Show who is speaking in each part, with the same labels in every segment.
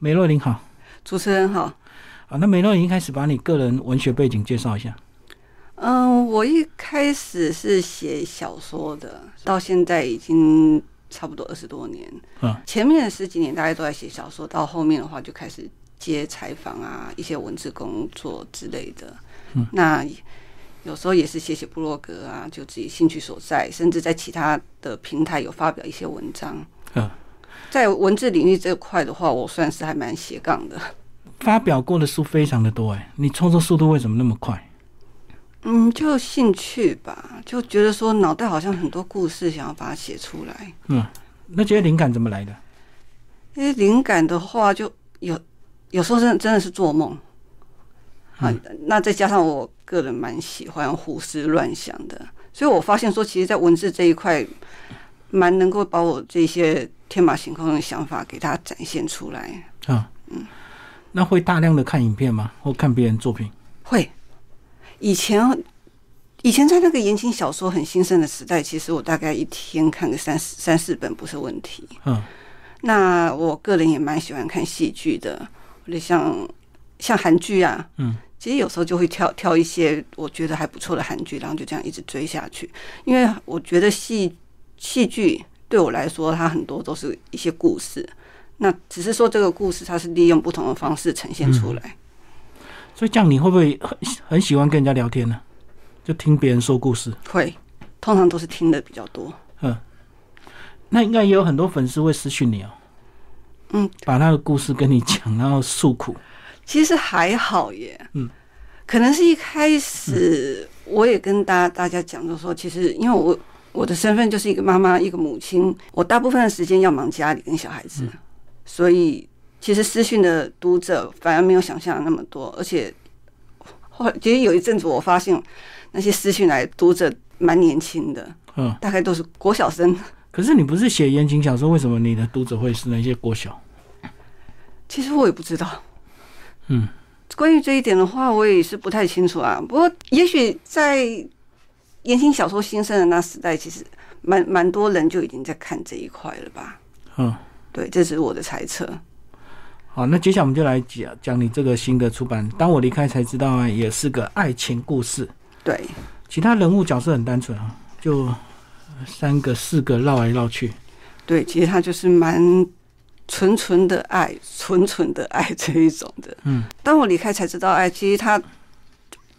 Speaker 1: 梅洛琳好，
Speaker 2: 主持人好。
Speaker 1: 啊，那梅洛琳一开始把你个人文学背景介绍一下。
Speaker 2: 嗯，我一开始是写小说的，到现在已经差不多二十多年。
Speaker 1: 嗯，
Speaker 2: 前面十几年大概都在写小说，到后面的话就开始接采访啊，一些文字工作之类的。
Speaker 1: 嗯，
Speaker 2: 那有时候也是写写部落格啊，就自己兴趣所在，甚至在其他的平台有发表一些文章。
Speaker 1: 嗯，
Speaker 2: 在文字领域这块的话，我算是还蛮斜杠的。
Speaker 1: 发表过的书非常的多哎，你创作速度为什么那么快？
Speaker 2: 嗯，就兴趣吧，就觉得说脑袋好像很多故事想要把它写出来。
Speaker 1: 嗯，那这些灵感怎么来的？
Speaker 2: 因为灵感的话，就有有时候真的真的是做梦啊。那再加上我个人蛮喜欢胡思乱想的，所以我发现说，其实，在文字这一块，蛮能够把我这些天马行空的想法给它展现出来。
Speaker 1: 啊，嗯，那会大量的看影片吗？或看别人作品？
Speaker 2: 会，以前以前在那个言情小说很兴盛的时代，其实我大概一天看个三四三四本不是问题。
Speaker 1: 嗯，
Speaker 2: 那我个人也蛮喜欢看戏剧的，或者像像韩剧啊，
Speaker 1: 嗯，
Speaker 2: 其实有时候就会挑挑一些我觉得还不错的韩剧，然后就这样一直追下去。因为我觉得戏戏剧对我来说，它很多都是一些故事，那只是说这个故事它是利用不同的方式呈现出来。
Speaker 1: 所以这样你会不会很很喜欢跟人家聊天呢？就听别人说故事。
Speaker 2: 会，通常都是听的比较多。
Speaker 1: 嗯，那应该也有很多粉丝会私讯你哦。
Speaker 2: 嗯，
Speaker 1: 把他的故事跟你讲，然后诉苦。
Speaker 2: 其实还好耶，
Speaker 1: 嗯，
Speaker 2: 可能是一开始我也跟大大家讲，就说其实因为我我的身份就是一个妈妈，一个母亲，我大部分的时间要忙家里跟小孩子，所以其实私讯的读者反而没有想象的那么多，而且后来其实有一阵子我发现那些私讯来读者蛮年轻的，
Speaker 1: 嗯，
Speaker 2: 大概都是国小生。
Speaker 1: 可是你不是写言情小说，为什么你的读者会是那些国小？
Speaker 2: 其实我也不知道。
Speaker 1: 嗯，
Speaker 2: 关于这一点的话，我也是不太清楚啊。不过，也许在言情小说兴盛的那时代，其实蛮蛮多人就已经在看这一块了吧？
Speaker 1: 嗯，
Speaker 2: 对，这只是我的猜测。
Speaker 1: 好，那接下来我们就来讲讲你这个新的出版。当我离开才知道啊，也是个爱情故事。
Speaker 2: 对，
Speaker 1: 其他人物角色很单纯啊，就三个四个绕来绕去。
Speaker 2: 对，其实它就是蛮纯纯的爱，纯纯的爱这一种的。
Speaker 1: 嗯，
Speaker 2: 当我离开才知道，爱其实它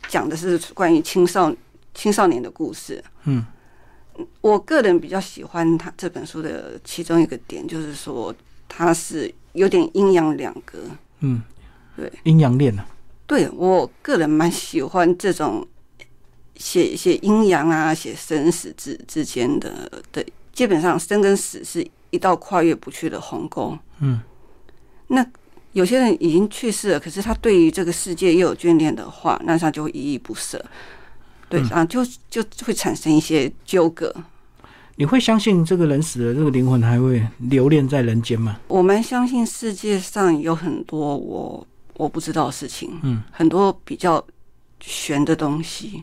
Speaker 2: 讲的是关于青少青少年的故事。
Speaker 1: 嗯
Speaker 2: 我个人比较喜欢他这本书的其中一个点，就是说它是有点阴阳两隔。
Speaker 1: 嗯，
Speaker 2: 对，
Speaker 1: 阴阳恋啊，
Speaker 2: 对我个人蛮喜欢这种写写阴阳啊，写生死之之间的的，基本上生跟死是一道跨越不去的鸿沟。
Speaker 1: 嗯，
Speaker 2: 那有些人已经去世了，可是他对于这个世界又有眷恋的话，那他就会依依不舍。对，然后就就会产生一些纠葛。
Speaker 1: 你会相信这个人死了，这个灵魂还会留恋在人间吗？
Speaker 2: 我们相信世界上有很多我我不知道的事情，
Speaker 1: 嗯，
Speaker 2: 很多比较玄的东西。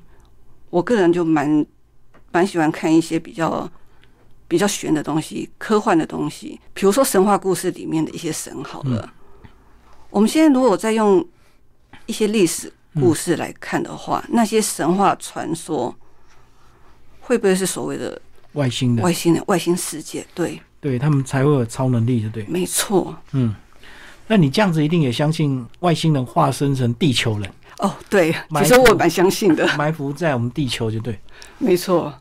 Speaker 2: 我个人就蛮蛮喜欢看一些比较比较玄的东西、科幻的东西，比如说神话故事里面的一些神好了。我们现在如果再用一些历史故事来看的话，那些神话传说会不会是所谓的
Speaker 1: 外星的，
Speaker 2: 外星人、外星世界？对，
Speaker 1: 对他们才会有超能力，对不对？
Speaker 2: 没错。
Speaker 1: 嗯，那你这样子一定也相信外星人化身成地球人，
Speaker 2: 哦，对，
Speaker 1: 埋
Speaker 2: 其实我
Speaker 1: 伏
Speaker 2: 蛮相信的，
Speaker 1: 埋伏在我们地球，就对。
Speaker 2: 没错，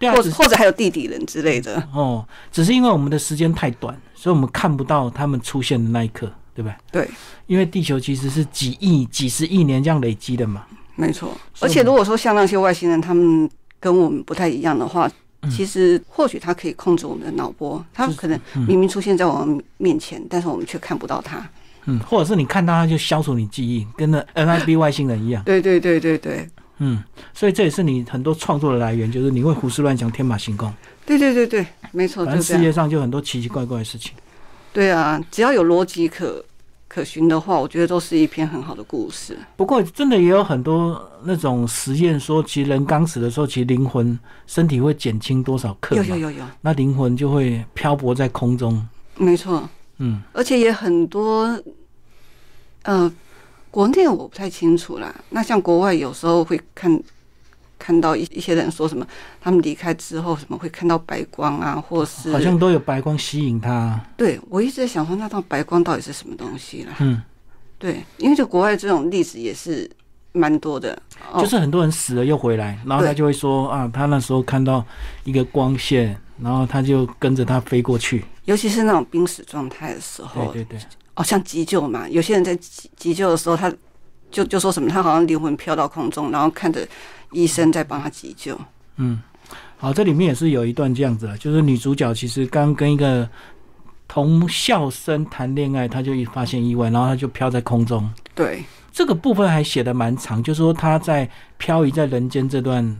Speaker 1: 对啊，
Speaker 2: 或
Speaker 1: 只是
Speaker 2: 或者还有地底人之类的，
Speaker 1: 哦，只是因为我们的时间太短，所以我们看不到他们出现的那一刻，对吧？
Speaker 2: 对，
Speaker 1: 因为地球其实是几亿、几十亿年这样累积的嘛。
Speaker 2: 没错。
Speaker 1: 是
Speaker 2: 而且如果说像那些外星人，他们跟我们不太一样的话，
Speaker 1: 嗯
Speaker 2: 其实或许他可以控制我们的脑波，他可能明明出现在我们面前，但是我们却看不到他。
Speaker 1: 嗯，或者是你看到它就消除你记忆，跟那 NIB 外星人一样。
Speaker 2: 对对对对对
Speaker 1: 嗯，所以这也是你很多创作的来源，就是你会胡思乱想、天马行空，
Speaker 2: 对对对哦对，啊没错，
Speaker 1: 反
Speaker 2: 就
Speaker 1: 正
Speaker 2: 这
Speaker 1: 世
Speaker 2: 样。
Speaker 1: 界上就很多奇奇怪怪的事情。
Speaker 2: 对啊，只要有逻辑可可循的话，我觉得都是一篇很好的故事。
Speaker 1: 不过，真的也有很多那种实验说，其实人刚死的时候，其实灵魂身体会减轻多少克
Speaker 2: 有
Speaker 1: 嘛，
Speaker 2: 有有有，
Speaker 1: 那灵魂就会漂泊在空中。
Speaker 2: 没错。
Speaker 1: 嗯，
Speaker 2: 而且也很多，呃，国内我不太清楚啦。那像国外有时候会看看到一一些人说什么，他们离开之后什么会看到白光啊，或是
Speaker 1: 好像都有白光吸引他。
Speaker 2: 对我一直在想说，那道白光到底是什么东西啦？
Speaker 1: 嗯，
Speaker 2: 对，因为就国外这种例子也是蛮多的，哦
Speaker 1: 就是很多人死了又回来，然后他
Speaker 2: 对
Speaker 1: 就会说啊，他那时候看到一个光线，然后他就跟着它飞过去。
Speaker 2: 尤其是那种濒死状态的时候
Speaker 1: 对，对对，
Speaker 2: 哦，像急救嘛，有些人在急急救的时候，他就就说什么，他好像灵魂飘到空中，然后看着医生在帮他急救。
Speaker 1: 嗯，好，这里面也是有一段这样子了，啊就是女主角其实刚跟一个同校生谈恋爱，她就一发现意外，然后她就飘在空中。
Speaker 2: 对，
Speaker 1: 这个部分还写的蛮长，就是说她在漂移在人间这段，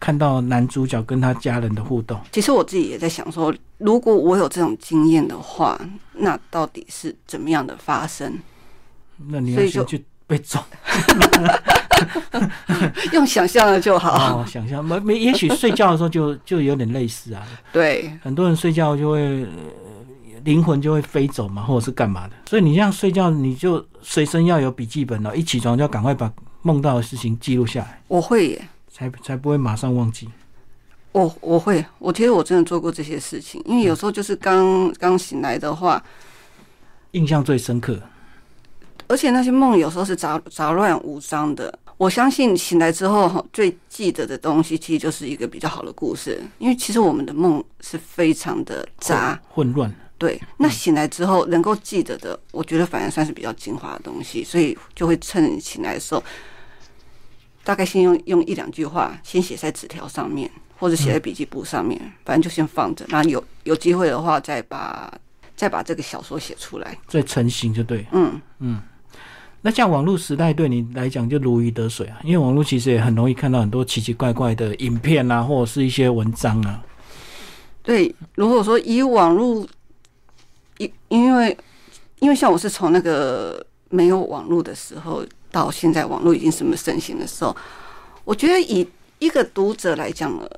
Speaker 1: 看到男主角跟他家人的互动。
Speaker 2: 其实我自己也在想说，如果我有这种经验的话，那到底是怎么样的发生？
Speaker 1: 那你要
Speaker 2: 所以
Speaker 1: 先
Speaker 2: 就
Speaker 1: 去被撞
Speaker 2: 用想象的就好。
Speaker 1: 哦，想象没没，也许睡觉的时候就 就有点类似啊，
Speaker 2: 对，
Speaker 1: 很多人睡觉就会、呃灵魂就会飞走嘛，或者是干嘛的。所以你这样睡觉，你就随身要有笔记本哦，一起床就要赶快把梦到的事情记录下来，
Speaker 2: 我会耶，
Speaker 1: 才才不会马上忘记。
Speaker 2: 我我会，我其实我真的做过这些事情，因为有时候就是刚刚醒来的话，
Speaker 1: 印象最深刻，
Speaker 2: 而且那些梦有时候是杂杂乱无章的。我相信醒来之后哈最记得的东西，其实就是一个比较好的故事，因为其实我们的梦是非常的杂。
Speaker 1: 混乱。
Speaker 2: 对，那醒来之后能够记得的，我觉得反而算是比较精华的东西，所以就会趁醒来的时候，大概先用用一两句话，先写在纸条上面，或者写在笔记簿上面，反正就先放着。那有有机会的话，再把再把这个小说写出来。
Speaker 1: 最成型就对。
Speaker 2: 嗯，
Speaker 1: 那像网络时代对你来讲就如鱼得水啊，因为网络其实也很容易看到很多奇奇怪怪的影片啊，或者是一些文章啊。
Speaker 2: 对，如果说以网络，因因为因为像我是从那个没有网络的时候到现在网络已经这么盛行的时候，我觉得以一个读者来讲呢，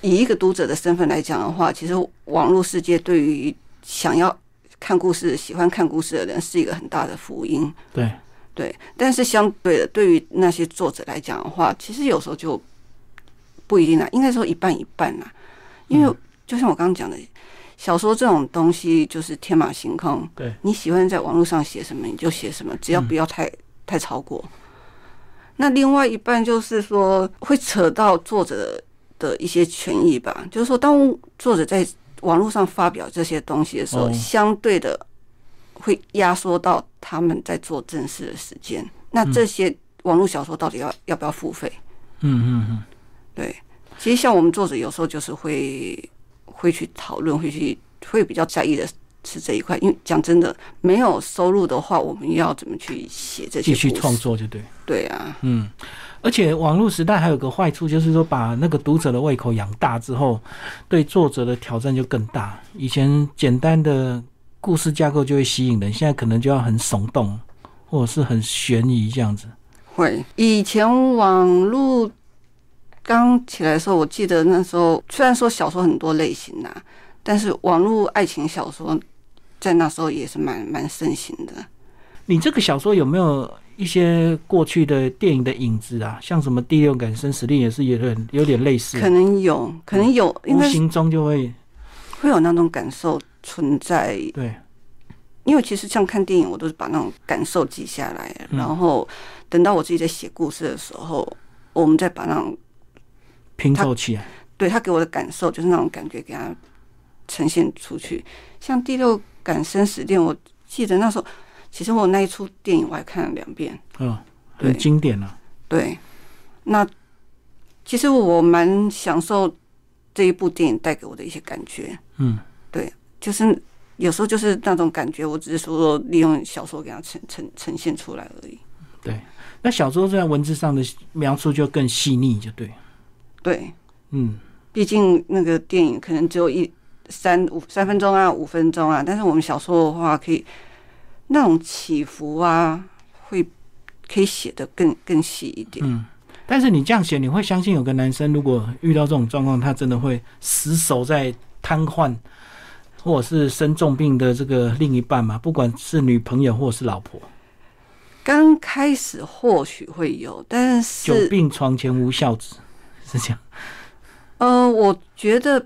Speaker 2: 以一个读者的身份来讲的话，其实网络世界对于想要看故事、喜欢看故事的人是一个很大的福音。
Speaker 1: 对，
Speaker 2: 对，但是相对的，对于那些作者来讲的话，其实有时候就不一定啦，应该说一半一半啦。因为就像我刚刚讲的，小说这种东西就是天马行空，
Speaker 1: 对，
Speaker 2: 你喜欢在网络上写什么你就写什么，只要不要太、太超过。那另外一半就是说会扯到作者的一些权益吧，就是说当作者在网络上发表这些东西的时候，
Speaker 1: 哦
Speaker 2: 相对的会压缩到他们在做正事的时间。那这些网络小说到底要要不要付费？
Speaker 1: 嗯嗯嗯，
Speaker 2: 对，其实像我们作者有时候就是会会去讨论，会去会比较在意的是这一块，因为讲真的，没有收入的话，我们要怎么去写这些
Speaker 1: 继续
Speaker 2: 故事
Speaker 1: 创？作就对。
Speaker 2: 对啊，
Speaker 1: 嗯，而且网络时代还有个坏处，就是说把那个读者的胃口养大之后，对作者的挑战就更大。以前简单的故事架构就会吸引人，现在可能就要很耸动，或者是很悬疑这样子。
Speaker 2: 会。以前网络刚起来的时候，我记得那时候虽然说小说很多类型啊，但是网络爱情小说在那时候也是蛮蛮盛行的。
Speaker 1: 你这个小说有没有一些过去的电影的影子啊？像什么《第六感生死令》也是有点有点类似
Speaker 2: 可，能有，可能有，应
Speaker 1: 无
Speaker 2: 该
Speaker 1: 形中就会
Speaker 2: 会有那种感受存在。
Speaker 1: 对，
Speaker 2: 因为其实像看电影，我都是把那种感受记下来，
Speaker 1: 嗯
Speaker 2: 然后等到我自己在写故事的时候，我们再把那种
Speaker 1: 拼凑起来。
Speaker 2: 对他给我的感受，就是那种感觉给他呈现出去。像《第六感生死恋》，我记得那时候，其实我那一出电影我还看了两遍。
Speaker 1: 嗯，很
Speaker 2: 对
Speaker 1: 经典啊。
Speaker 2: 对，那其实我蛮享受这一部电影带给我的一些感觉。
Speaker 1: 嗯，
Speaker 2: 就是有时候就是那种感觉，我只是说利用小说给它呈呈呈现出来而已。
Speaker 1: 那小说在文字上的描述就更细腻，就对。
Speaker 2: 对，
Speaker 1: 嗯，
Speaker 2: 毕竟那个电影可能只有一三五三分钟啊，五分钟啊，但是我们小说的话，可以那种起伏啊，会可以写得更更细一点。
Speaker 1: 嗯但是你这样写，你会相信有个男生如果遇到这种状况，他真的会死守在瘫痪或者是生重病的这个另一半嘛，不管是女朋友或者是老婆，
Speaker 2: 刚开始或许会有，但
Speaker 1: 久
Speaker 2: 是
Speaker 1: 病床前无孝子，是这样。
Speaker 2: 呃，我觉得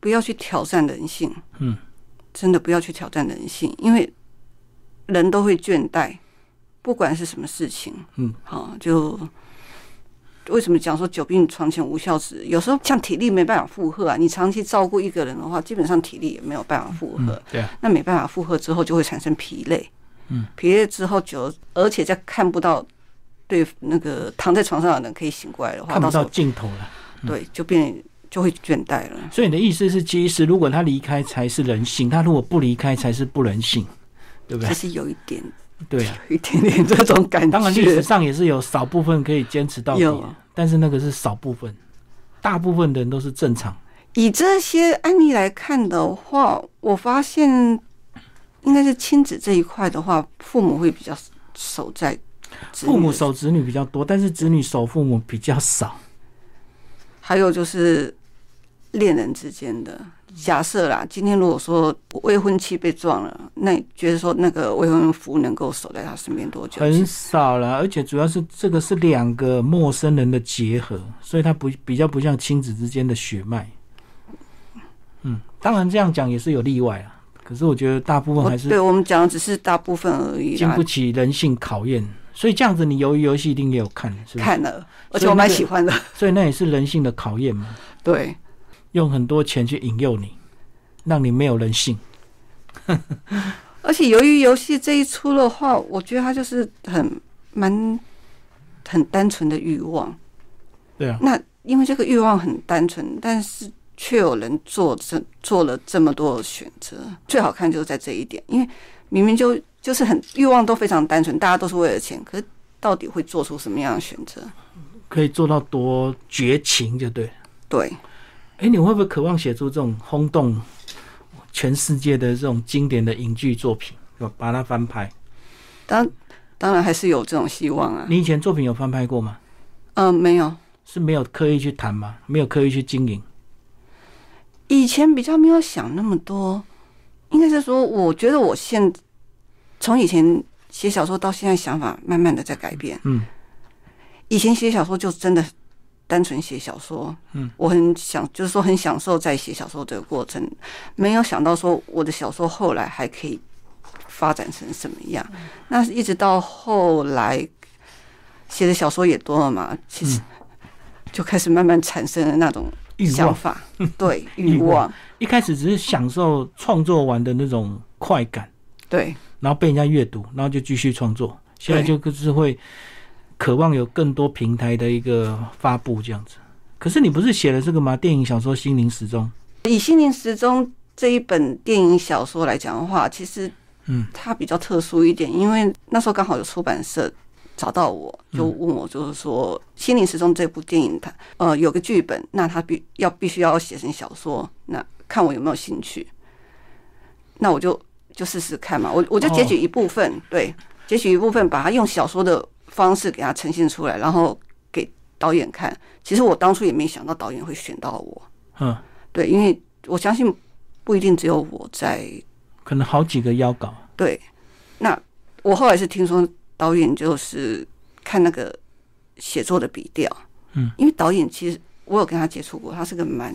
Speaker 2: 不要去挑战人性，
Speaker 1: 嗯，
Speaker 2: 真的不要去挑战人性，因为人都会倦怠，不管是什么事情，
Speaker 1: 嗯，
Speaker 2: 好、就为什么讲说久病床前无孝子？有时候像体力没办法负荷啊，你长期照顾一个人的话，基本上体力也没有办法负荷，
Speaker 1: 嗯，对啊，
Speaker 2: 那没办法负荷之后就会产生疲累，
Speaker 1: 嗯，
Speaker 2: 疲累之后久了，而且再看不到对那个躺在床上的人可以醒过来的话，
Speaker 1: 看不
Speaker 2: 时
Speaker 1: 到
Speaker 2: 候
Speaker 1: 尽头了。
Speaker 2: 对就变就会倦怠了。
Speaker 1: 所以你的意思是，其实如果他离开才是人性，他如果不离开才是不人性，对不
Speaker 2: 其
Speaker 1: 对？
Speaker 2: 实有一点，
Speaker 1: 对啊。
Speaker 2: 有一点点这种感觉。
Speaker 1: 当然，历史上也是有少部分可以坚持到底
Speaker 2: 有
Speaker 1: 的，但是那个是少部分，大部分的人都是正常。
Speaker 2: 以这些案例来看的话，我发现应该是亲子这一块的话，父母会比较守在子女
Speaker 1: 父母，守子女比较多，但是子女守父母比较少。
Speaker 2: 还有就是恋人之间的。假设啦，今天如果说未婚妻被撞了，那你觉得说那个未婚夫能够守在他身边多久？
Speaker 1: 很少了，而且主要是这个是两个陌生人的结合，所以它不比较不像亲子之间的血脉。嗯，当然这样讲也是有例外啊，可是我觉得大部分
Speaker 2: 我
Speaker 1: 还是
Speaker 2: 对我们讲的只是大部分而已
Speaker 1: 经
Speaker 2: 啦
Speaker 1: 不，起人性考验，所以这样子你鱿鱼游戏一定也有看，是不是？
Speaker 2: 看了，而且我蛮喜欢的。
Speaker 1: 所以那也是人性的考验嘛，
Speaker 2: 对，
Speaker 1: 用很多钱去引诱你，让你没有人性。
Speaker 2: 而且由于游戏这一出的话，我觉得它就是很蛮很单纯的欲望。
Speaker 1: 对啊，
Speaker 2: 那因为这个欲望很单纯，但是却有人做这做了这么多的选择。最好看就是在这一点，因为明明就就是很欲望都非常单纯，大家都是为了钱，可是到底会做出什么样的选择？
Speaker 1: 可以做到多绝情就对了。
Speaker 2: 对，
Speaker 1: 哎、你会不会渴望写出这种轰动全世界的这种经典的影剧作品？有把它翻拍？
Speaker 2: 当当然还是有这种希望啊。
Speaker 1: 你以前作品有翻拍过吗？
Speaker 2: 嗯、没有，
Speaker 1: 是没有刻意去谈吗？没有刻意去经营？
Speaker 2: 以前比较没有想那么多，应该是说，我觉得我现从以前写小说到现在想法慢慢的在改变。
Speaker 1: 嗯，
Speaker 2: 以前写小说就真的单纯写小说，
Speaker 1: 嗯，
Speaker 2: 我很享，就是说很享受在写小说这个过程，没有想到说我的小说后来还可以发展成什么样。
Speaker 1: 嗯
Speaker 2: 那一直到后来写的小说也多了嘛，其
Speaker 1: 嗯
Speaker 2: 实就开始慢慢产生了那种
Speaker 1: 欲
Speaker 2: 想
Speaker 1: 望
Speaker 2: 法，对
Speaker 1: 欲
Speaker 2: 欲
Speaker 1: 望
Speaker 2: 望。
Speaker 1: 一开始只是享受创作完的那种快感，
Speaker 2: 对，
Speaker 1: 然后被人家阅读，然后就继续创作。现在就就是会渴望有更多平台的一个发布这样子。可是你不是写了这个吗？电影小说《心灵时钟》
Speaker 2: 以《心灵时钟》这一本电影小说来讲的话，其实，
Speaker 1: 嗯，
Speaker 2: 它比较特殊一点，因为那时候刚好有出版社找到我，就问我，就是说《心灵时钟》这部电影它，呃有个剧本，那它必要必须要写成小说，那看我有没有兴趣。那我就就试试看嘛，我我就截取一部分，对，截取一部分，把它用小说的方式给它呈现出来，然后给导演看。其实我当初也没想到导演会选到我。
Speaker 1: 嗯，
Speaker 2: 对，因为我相信不一定只有我在
Speaker 1: 可能好几个邀稿，
Speaker 2: 对。那我后来是听说导演就是看那个写作的笔调，
Speaker 1: 嗯，
Speaker 2: 因为导演其实我有跟他接触过，他是个蛮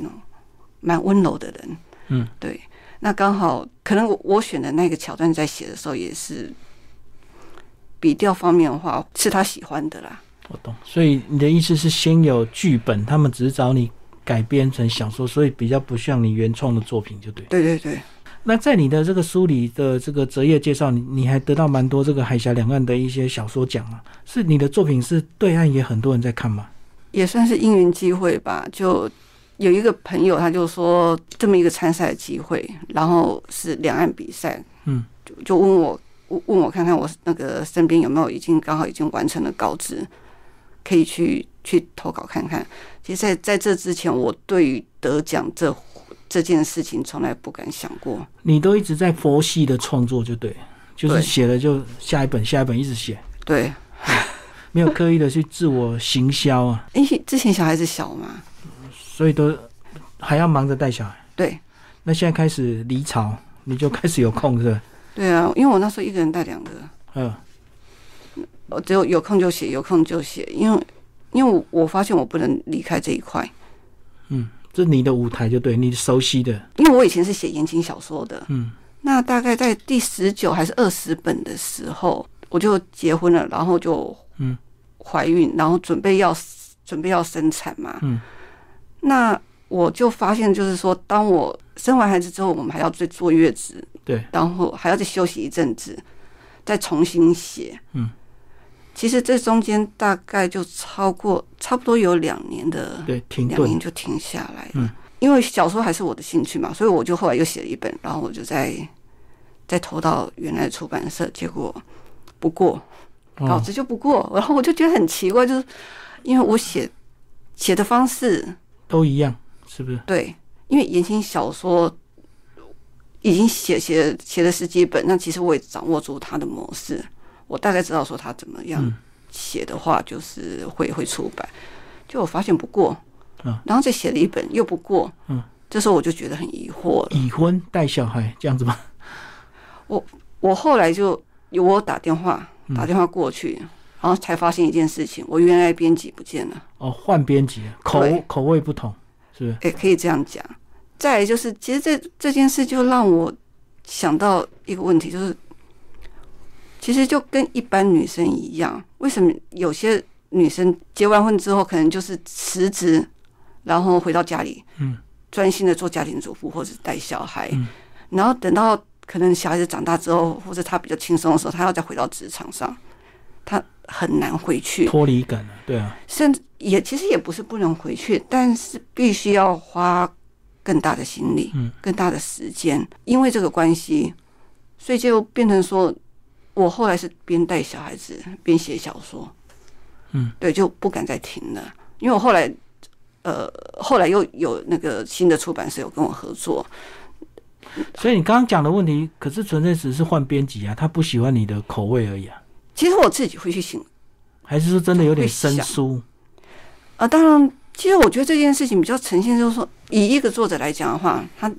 Speaker 2: 蛮温柔的人，
Speaker 1: 嗯，
Speaker 2: 对。那刚好可能我我选的那个桥段在写的时候也是笔调方面的话是他喜欢的啦，
Speaker 1: 我懂，所以你的意思是先有剧本，他们只是找你改编成小说，所以比较不像你原创的作品，就对。
Speaker 2: 对对对。
Speaker 1: 那在你的这个书里的这个择业介绍，你你还得到蛮多这个海峡两岸的一些小说奖啊，是你的作品是对岸也很多人在看吗？
Speaker 2: 也算是因缘机会吧。就有一个朋友，他就说这么一个参赛的机会，然后是两岸比赛，
Speaker 1: 嗯，
Speaker 2: 就就问我问问我看看我那个身边有没有已经刚好已经完成了稿子，可以去去投稿看看。其实在，在这之前，我对于得奖这这件事情从来不敢想过。
Speaker 1: 你都一直在佛系的创作，就对，就是
Speaker 2: 对
Speaker 1: 写了就下一本下一本一直写，
Speaker 2: 对，
Speaker 1: 没有刻意的去自我行销 啊，
Speaker 2: 因为之前小孩子小嘛，
Speaker 1: 所以都还要忙着带小孩。
Speaker 2: 对，
Speaker 1: 那现在开始离巢，你就开始有空是吧？
Speaker 2: 对啊，因为我那时候一个人带两个，
Speaker 1: 嗯，
Speaker 2: 我只有有空就写，有空就写，因为因为我我发现我不能离开这一块，
Speaker 1: 这是你的舞台就对，你熟悉的，
Speaker 2: 因为我以前是写言情小说的，
Speaker 1: 嗯，
Speaker 2: 那大概在第十九还是二十本的时候，我就结婚了，然后就
Speaker 1: 嗯
Speaker 2: 怀孕，然后准备要准备要生产嘛，
Speaker 1: 嗯，
Speaker 2: 那我就发现就是说，当我生完孩子之后，我们还要再坐月子，
Speaker 1: 对，
Speaker 2: 然后还要再休息一阵子，再重新写，
Speaker 1: 嗯，
Speaker 2: 其实这中间大概就超过差不多有两年的
Speaker 1: 对，停
Speaker 2: 嗯两
Speaker 1: 顿
Speaker 2: 年，就停下来了。
Speaker 1: 嗯
Speaker 2: 因为小说还是我的兴趣嘛，所以我就后来又写了一本，然后我就再再投到原来的出版社，结果不过稿
Speaker 1: 哦，
Speaker 2: 子就不过，然后我就觉得很奇怪，就是因为我写写的方式
Speaker 1: 都一样，是不是？
Speaker 2: 对，因为言情小说已经写写写了十几本，那其实我也掌握住它的模式，我大概知道说它怎么样
Speaker 1: 嗯
Speaker 2: 写的话，就是会会出版。就我发现不过，
Speaker 1: 嗯
Speaker 2: 然后再写了一本又不过，
Speaker 1: 嗯，
Speaker 2: 这时候我就觉得很疑惑了。
Speaker 1: 已婚带小孩这样子吗？
Speaker 2: 我后来就有我打电话
Speaker 1: 嗯
Speaker 2: 打电话过去，然后才发现一件事情，我原来编辑不见了。
Speaker 1: 哦，换编辑了，口
Speaker 2: 对
Speaker 1: 口味不同，是不是？
Speaker 2: 也可以这样讲。再来就是，其实这这件事就让我想到一个问题，就是其实就跟一般女生一样，为什么有些女生结完婚之后可能就是辞职，然后回到家里，
Speaker 1: 嗯，
Speaker 2: 专心的做家庭主妇或者带小孩，
Speaker 1: 嗯
Speaker 2: 然后等到可能小孩子长大之后，或者她比较轻松的时候，她要再回到职场上，她很难回去。
Speaker 1: 脱离感了，对啊，
Speaker 2: 甚至也其实也不是不能回去，但是必须要花更大的心力，
Speaker 1: 嗯，
Speaker 2: 更大的时间，因为这个关系，所以就变成说，我后来是边带小孩子边写小说，
Speaker 1: 嗯，
Speaker 2: 对，就不敢再停了，因为我后来，呃，后来又有那个新的出版社有跟我合作，
Speaker 1: 所以你刚刚讲的问题，可是纯粹只是换编辑啊，他不喜欢你的口味而已啊，
Speaker 2: 其实我自己会去想，
Speaker 1: 还是说真的有点生疏？
Speaker 2: 啊，当然，其实我觉得这件事情比较呈现就是说，以一个作者来讲的话，他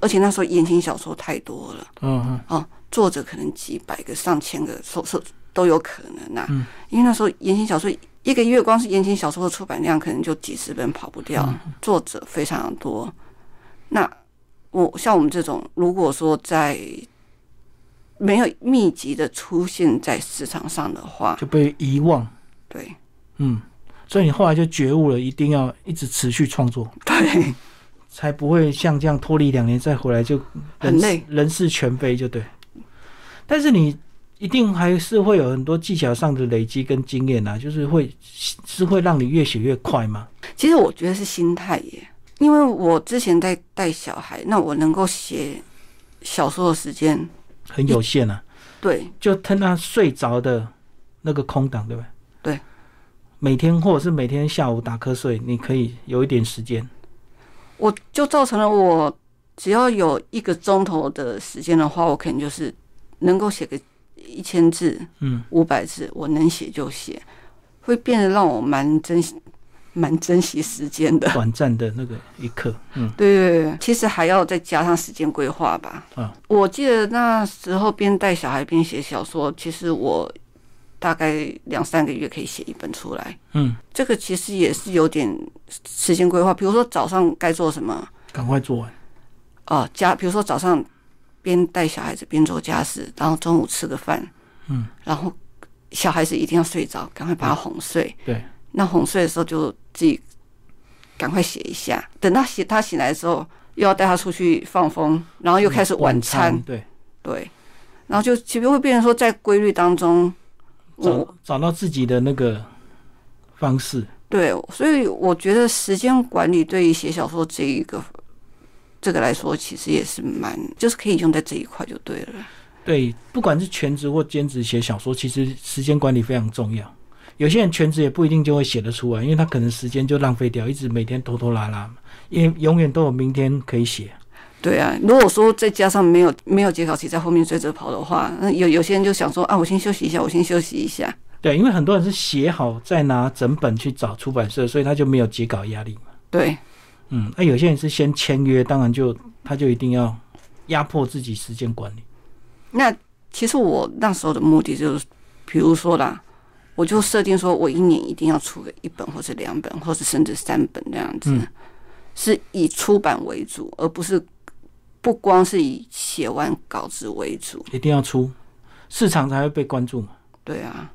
Speaker 2: 而且那时候言情小说太多了。
Speaker 1: 嗯嗯，
Speaker 2: 哦，作者可能几百个、上千个，说说都有可能呐、啊
Speaker 1: 嗯
Speaker 2: 因为那时候言情小说一个月光是言情小说的出版量，可能就几十本跑不掉，作者非常多。那我像我们这种，如果说在没有密集的出现在市场上的话，
Speaker 1: 嗯就被遗忘，
Speaker 2: 对
Speaker 1: 嗯，所以你后来就觉悟了，一定要一直持续创作，
Speaker 2: 对，
Speaker 1: 才不会像这样脱离两年再回来就人
Speaker 2: 很累
Speaker 1: 事人事全非，就对。但是你一定还是会有很多技巧上的累积跟经验啊，就是会是会让你越写越快吗？
Speaker 2: 其实我觉得是心态耶，因为我之前在带小孩，那我能够写小说的时间，
Speaker 1: 很有限啊，
Speaker 2: 对
Speaker 1: 就趁他睡着的那个空档，对不对？
Speaker 2: 对。
Speaker 1: 每天或者是每天下午打瞌睡，你可以有一点时 间。
Speaker 2: 我就造成了我只要有一个钟头的时间的话，我可能就是能够写个一千字、
Speaker 1: 嗯，
Speaker 2: 五百字，我能写就写，会变得让我蛮珍惜、蛮珍惜时间的。
Speaker 1: 短暂的那个一刻，嗯，
Speaker 2: 对对对，其实还要再加上时间规划吧。
Speaker 1: 啊，
Speaker 2: 我记得那时候边带小孩边写小说，其实我大概两三个月可以写一本出来。
Speaker 1: 嗯，
Speaker 2: 这个其实也是有点时间规划，比如说早上该做什么，
Speaker 1: 赶快做完。
Speaker 2: 哦，家比如说早上边带小孩子边做家事，然后中午吃个饭，
Speaker 1: 嗯，
Speaker 2: 然后小孩子一定要睡着，赶快把他哄睡。
Speaker 1: 对，
Speaker 2: 那哄睡的时候就自己赶快写一下，等到写他醒来的时候，又要带他出去放风，然后又开始嗯晚餐，
Speaker 1: 对，
Speaker 2: 对，然后就其实会变成说在规律当中，我
Speaker 1: 找找到自己的那个方式。
Speaker 2: 对，所以我觉得时间管理对于写小说这一个。这个来说，其实也是蛮，就是可以用在这一块就对了。
Speaker 1: 对，不管是全职或兼职写小说，其实时间管理非常重要。有些人全职也不一定就会写得出来，因为他可能时间就浪费掉，一直每天拖拖拉拉，因为永远都有明天可以写。
Speaker 2: 对啊，如果说再加上没有没有截稿期在后面追着跑的话，那有有些人就想说啊，我先休息一下，我先休息一下。
Speaker 1: 对，因为很多人是写好再拿整本去找出版社，所以他就没有截稿压力嘛。
Speaker 2: 对
Speaker 1: 嗯，那、有些人是先签约，当然就他就一定要压迫自己时间管理。
Speaker 2: 那其实我那时候的目的就是，比如说啦，我就设定说我一年一定要出个一本或是两本，或是甚至三本这样子，
Speaker 1: 嗯
Speaker 2: 是以出版为主，而不是不光是以写完稿子为主。
Speaker 1: 一定要出，市场才会被关注嘛。
Speaker 2: 对啊，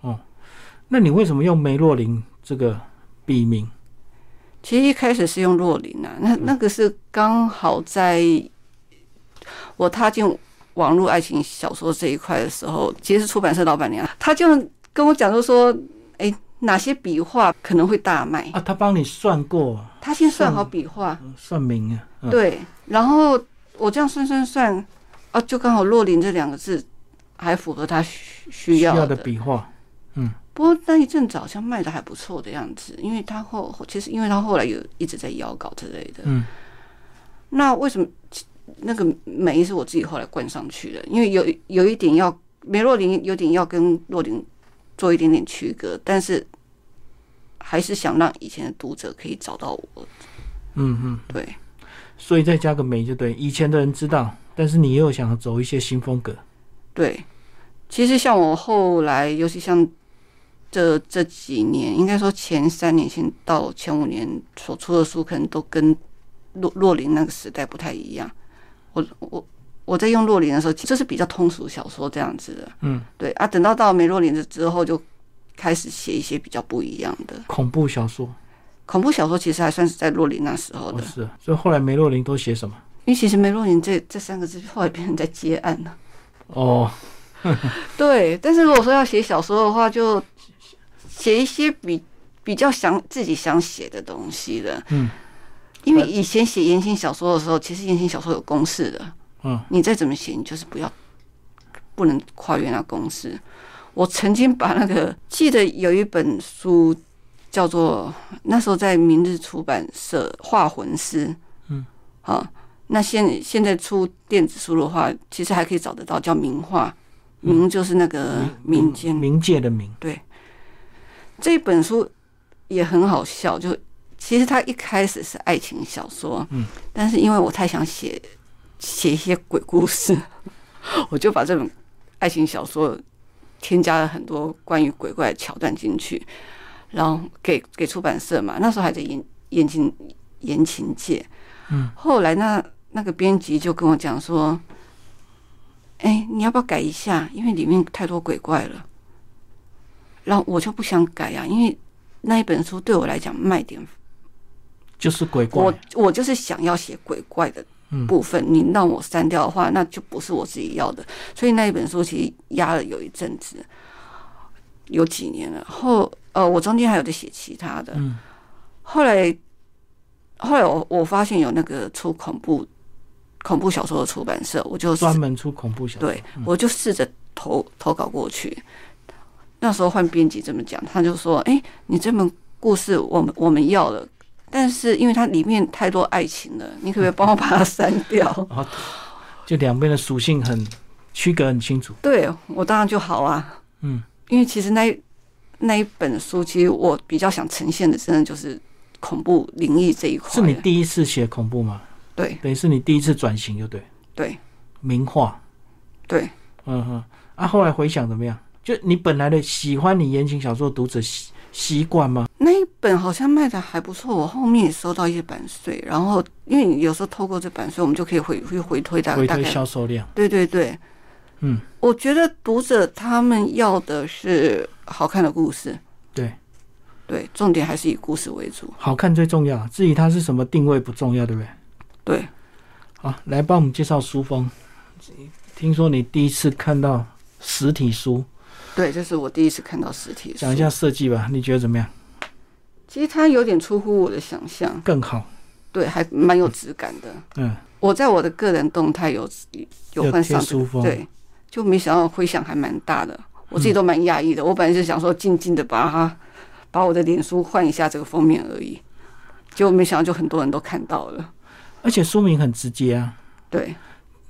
Speaker 1: 那你为什么用梅洛林这个笔名？
Speaker 2: 其实一开始是用若琳啊，
Speaker 1: 嗯
Speaker 2: 那那个是刚好在我踏进网络爱情小说这一块的时候，其实是出版社老板娘，她就跟我讲说说，哎，哪些笔画可能会大卖，
Speaker 1: 啊，他帮你算过，
Speaker 2: 她先算好笔画，
Speaker 1: 呃算名啊，嗯、
Speaker 2: 对，然后我这样算算算，啊，就刚好若琳这两个字还符合她需需
Speaker 1: 需
Speaker 2: 要
Speaker 1: 要
Speaker 2: 的
Speaker 1: 的笔画，
Speaker 2: 不过那一阵子好像卖的还不错的样子，因为他后其实因为他后来有一直在邀稿之类的。
Speaker 1: 嗯，
Speaker 2: 那为什么其那个梅是我自己后来冠上去的？因为有有一点要梅洛林有点要跟洛林做一点点区隔，但是还是想让以前的读者可以找到我。
Speaker 1: 嗯嗯，
Speaker 2: 对，
Speaker 1: 所以再加个梅就对。以前的人知道，但是你又想走一些新风格，
Speaker 2: 对，其实像我后来，尤其像这这几年，应该说前三年先到前五年所出的书，可能都跟洛洛林那个时代不太一样。我我我在用洛林的时候，这是比较通俗小说这样子的。
Speaker 1: 嗯，
Speaker 2: 对啊，等到到梅洛林的之后，就开始写一些比较不一样的
Speaker 1: 恐怖小说，
Speaker 2: 恐怖小说，其实还算是在洛林那时候
Speaker 1: 哦
Speaker 2: 的，
Speaker 1: 是啊。所以后来梅洛林都写什么？
Speaker 2: 因为其实梅洛林这这三个字后来变成在接案了。
Speaker 1: 哦，
Speaker 2: 对，但是如果说要写小说的话，就写一些比比较想自己想写的东西的。
Speaker 1: 嗯，
Speaker 2: 因为以前写言情小说的时候，其实言情小说有公式的，
Speaker 1: 嗯，
Speaker 2: 你再怎么写，你就是不要不能跨越那公式。我曾经把那个记得有一本书叫做那时候在明日出版社《画魂师》，
Speaker 1: 嗯，
Speaker 2: 好，那现现在出电子书的话，其实还可以找得到，叫名画，
Speaker 1: 嗯
Speaker 2: 名就是那个民间
Speaker 1: 冥界的冥，
Speaker 2: 这本书也很好笑，就其实它一开始是爱情小说，
Speaker 1: 嗯，
Speaker 2: 但是因为我太想写写一些鬼故事， 我就把这种爱情小说添加了很多关于鬼怪的桥段进去，然后给给出版社嘛，那时候还在言言情言情界，
Speaker 1: 嗯，
Speaker 2: 后来那那个编辑就跟我讲说。哎，你要不要改一下？因为里面太多鬼怪了。然后我就不想改啊，因为那一本书对我来讲卖点，
Speaker 1: 就是鬼
Speaker 2: 我
Speaker 1: 怪，
Speaker 2: 我就是想要写鬼怪的部分，你让我删掉的话，那就不是我自己要的。所以那一本书其实压了有一阵子，有几年了。后呃，我中间还有在写其他的，
Speaker 1: 嗯
Speaker 2: 后来后来我我发现有那个出恐怖恐怖小说的出版社，我就
Speaker 1: 专门出恐怖小说。
Speaker 2: 对，我就试着投投稿过去。那时候换编辑这么讲，他就说：“哎、你这本故事我们我们要了，但是因为它里面太多爱情了，你可不可以帮我把它删掉
Speaker 1: 然后就两边的属性很区隔很清楚？”
Speaker 2: 对我当然就好啊，
Speaker 1: 嗯，
Speaker 2: 因为其实那一那一本书，其实我比较想呈现的，真的就是恐怖灵异这一块。
Speaker 1: 是你第一次写恐怖吗？
Speaker 2: 对
Speaker 1: 等于是你第一次转型，就对。
Speaker 2: 对
Speaker 1: 名画，
Speaker 2: 对，
Speaker 1: 嗯哼，啊，后来回想怎么样？就你本来的喜欢你言情小说的读者习习惯吗？
Speaker 2: 那一本好像卖的还不错，我后面也收到一些版税，然后因为你有时候透过这版税，我们就可以回回回推大
Speaker 1: 回
Speaker 2: 大
Speaker 1: 推
Speaker 2: 概
Speaker 1: 销售量，
Speaker 2: 对对对，
Speaker 1: 嗯，
Speaker 2: 我觉得读者他们要的是好看的故事，
Speaker 1: 对，
Speaker 2: 对，重点还是以故事为主。
Speaker 1: 好看最重要，至于它是什么定位不重要，对不对？
Speaker 2: 对，
Speaker 1: 好，来帮我们介绍书风。听说你第一次看到实体书，
Speaker 2: 对，这是我第一次看到实体书。
Speaker 1: 讲一下，设计吧，你觉得怎么样？
Speaker 2: 其实它有点出乎我的想象，
Speaker 1: 更好，
Speaker 2: 对，还蛮有质感的。
Speaker 1: 嗯，
Speaker 2: 我在我的个人动态有有换
Speaker 1: 有贴
Speaker 2: 上
Speaker 1: 书风，
Speaker 2: 对，就没想到回响还蛮大的，我自己都蛮讶异的。我本来是想说静静的把它把我的脸书换一下这个封面而已，结果没想到就很多人都看到了。
Speaker 1: 而且书名很直接啊，
Speaker 2: 对，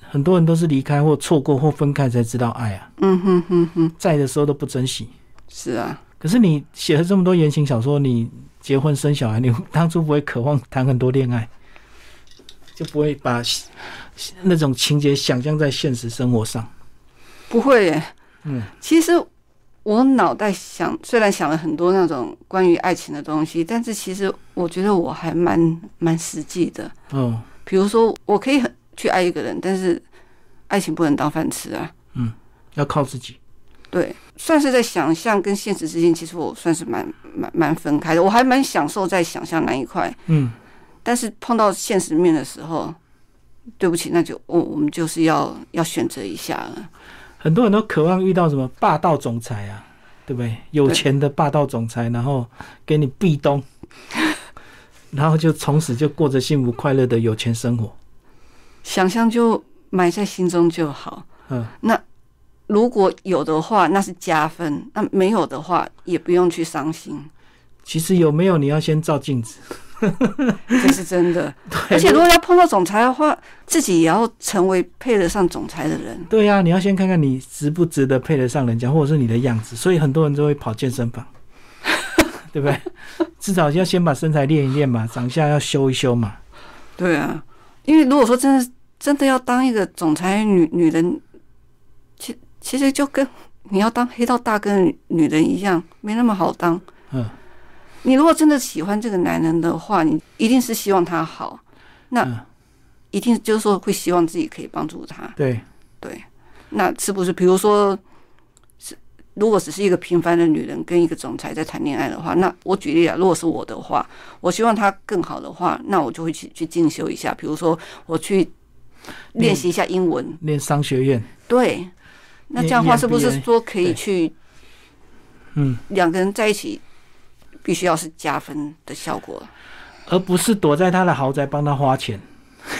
Speaker 1: 很多人都是离开或错过或分开才知道爱啊，
Speaker 2: 嗯哼哼哼，
Speaker 1: 在的时候都不珍惜。
Speaker 2: 是啊，
Speaker 1: 可是你写了这么多言情小说，你结婚生小孩，你当初不会渴望谈很多恋爱？就不会把那种情节想象在现实生活上。
Speaker 2: 不会耶。
Speaker 1: 嗯，
Speaker 2: 其实我脑袋想，虽然想了很多那种关于爱情的东西，但是其实我觉得我还蛮蛮实际的。
Speaker 1: 哦，
Speaker 2: 比如说，我可以很去爱一个人，但是爱情不能当饭吃啊。
Speaker 1: 要靠自己。
Speaker 2: 对，算是在想象跟现实之间，其实我算是蛮蛮蛮分开的。我还蛮享受在想象那一块，
Speaker 1: 嗯，
Speaker 2: 但是碰到现实面的时候，对不起，那就我我们就是要要选择一下了。
Speaker 1: 很多人都渴望遇到什么霸道总裁啊，对不对？有钱的霸道总裁，然后给你壁 咚，然后就从此就过着幸福快乐的有钱生活。
Speaker 2: 想象就埋在心中就好。
Speaker 1: 嗯，
Speaker 2: 如果有的话，那是加分；那没有的话，也不用去伤心，
Speaker 1: 其实有没有你要先照镜子，
Speaker 2: 这是真的。
Speaker 1: 对，
Speaker 2: 而且如果要碰到总裁的话，自己也要成为配得上总裁的人。
Speaker 1: 对呀、你要先看看你值不值得配得上人家，或者是你的样子。所以很多人都会跑健 身房，对不对？至少要先把身材练一练嘛，长相要修一修嘛。
Speaker 2: 对啊，因为如果说真的真的要当一个总裁女女人，其其实就跟你要当黑道大哥的女女人一样，没那么好当。
Speaker 1: 嗯，
Speaker 2: 你如果真的喜欢这个男人的话，你一定是希望他好，那
Speaker 1: 嗯
Speaker 2: 一定就是说会希望自己可以帮助他。
Speaker 1: 对，
Speaker 2: 对，那是不是比如说，是如果只是一个平凡的女人跟一个总裁在谈恋爱的话，那我举例啊，如果是我的话，我希望他更好的话，那我就会去去进修一下，比如说我去练习一下英文，
Speaker 1: 练商学院，
Speaker 2: 对，那这样的话
Speaker 1: 练
Speaker 2: 是不是
Speaker 1: MBA
Speaker 2: 说可以
Speaker 1: 对
Speaker 2: 去
Speaker 1: 嗯，
Speaker 2: 两个人在一起，必须要是加分的效果？
Speaker 1: 而不是躲在他的豪宅帮他花钱，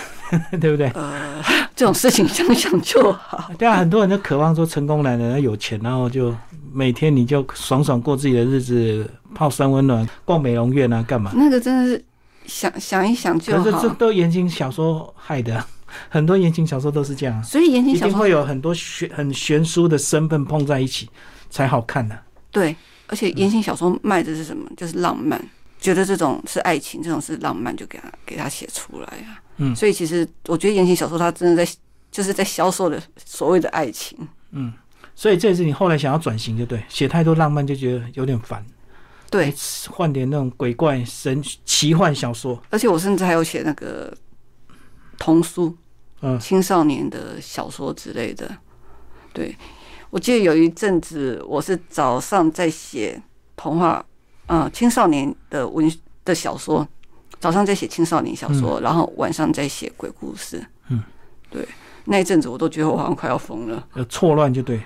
Speaker 1: 对不对？
Speaker 2: 呃，这种事情想想就 好，
Speaker 1: 对啊，很多人都渴望说成功男人有钱，然后就每天你就爽爽过自己的日子，泡三温暖、逛美容院啊，干嘛？
Speaker 2: 那个真的是想想一想就
Speaker 1: 可是这
Speaker 2: 好。
Speaker 1: 都言情小说害的啊，很多言情小说都是这样啊。
Speaker 2: 所以言情
Speaker 1: 一
Speaker 2: 小
Speaker 1: 定
Speaker 2: 说
Speaker 1: 会有很多悬很悬殊的身份碰在一起才好看啊呢、
Speaker 2: 对，而且言情小说卖的是什么？就是浪漫，觉得这种是爱情，这种是浪漫，就给他给他写出来啊。
Speaker 1: 嗯
Speaker 2: 所以其实我觉得言情小说它真的在就是在销售的所谓的爱情。
Speaker 1: 所以这也是你后来想要转型，就对，写太多浪漫就觉得有点烦，
Speaker 2: 对，
Speaker 1: 换点那种鬼怪神奇幻小说。
Speaker 2: 而且我甚至还有写那个童书，
Speaker 1: 嗯
Speaker 2: 青少年的小说之类的。对，我记得有一阵子我是早上在写童话，呃，青少年的文的小说，早上在写青少年小说，然后晚上在写鬼故事。
Speaker 1: 嗯，
Speaker 2: 对，那一阵子我都觉得我好像快要疯了。
Speaker 1: 呃，错乱就对，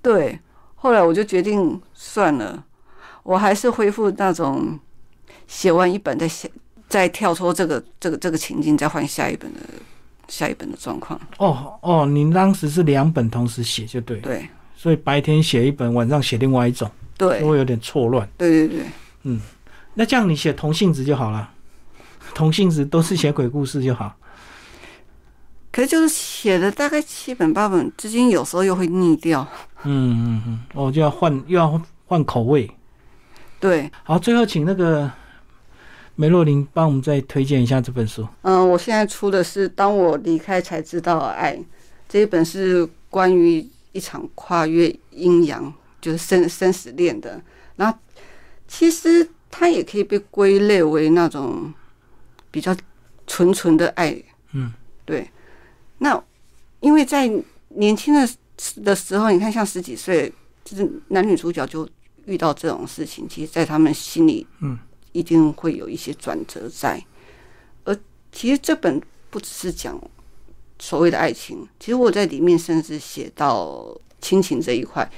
Speaker 2: 对，后来我就决定算了，我还是恢复那种写完一本再写，再跳脱这个这个这个情境，再换下一本的下一本的状况。
Speaker 1: 哦哦，你当时是两本同时写就对，
Speaker 2: 对
Speaker 1: 所以白天写一本，晚上写另外一种，
Speaker 2: 对
Speaker 1: 都会有点错乱。
Speaker 2: 对对对，
Speaker 1: 那这样你写同性质就好了， 同性质都是写鬼故事就好。
Speaker 2: 可是就是写了大概七本八本之间，有时候又会腻掉。
Speaker 1: 嗯嗯嗯，我、就要换又要换口味。
Speaker 2: 对，
Speaker 1: 好，最后请那个梅洛琳帮我们再推荐一下这本书。
Speaker 2: 嗯，我现在出的是《当我离开才知道爱》这一本，是关于一场跨越阴阳，就是生生死恋的。然后，其实它也可以被归类为那种比较纯纯的爱。
Speaker 1: 嗯，
Speaker 2: 对。那因为在年轻的的时候，你看像十几岁，就是男女主角就遇到这种事情，其实，在他们心里，
Speaker 1: 嗯，
Speaker 2: 一定会有一些转折在。其实这本不只是讲所谓的爱情，其实我在里面甚至写到亲情这一块，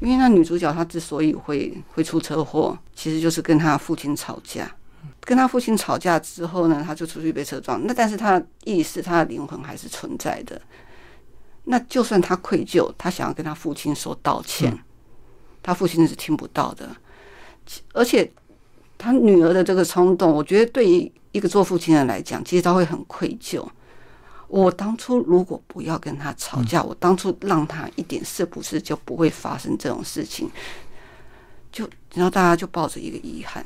Speaker 2: 因为那女主角她之所以会会出车祸，其实就是跟她父亲吵架。跟她父亲吵架之后呢，她就出去被车撞。那但是她的意识、她的灵魂还是存在的。那就算她愧疚，她想要跟她父亲说道歉，她父亲是听不到的。其而且他女儿的这个冲动，我觉得对于一个做父亲的来讲，其实他会很愧疚。我当初如果不要跟他吵架，我当初让他一点是不是就不会发生这种事情？就然后大家就抱着一个遗憾，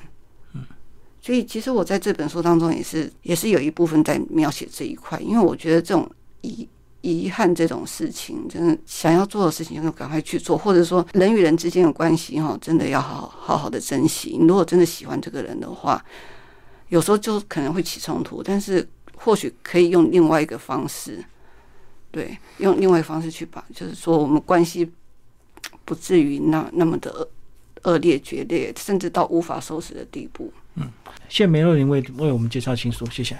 Speaker 2: 所以其实我在这本书当中也是也是有一部分在描写这一块，因为我觉得这种遗遗憾这种事情，真的想要做的事情就赶快去做，或者说人与人之间的关系哈，真的要好好好的珍惜。你如果真的喜欢这个人的话，有时候就可能会起冲突，但是或许可以用另外一个方式，对，用另外一个方式去把，就是说我们关系不至于那那么的恶恶劣决裂，甚至到无法收拾的地步。
Speaker 1: 谢谢梅若琳为为我们介绍新书，谢谢。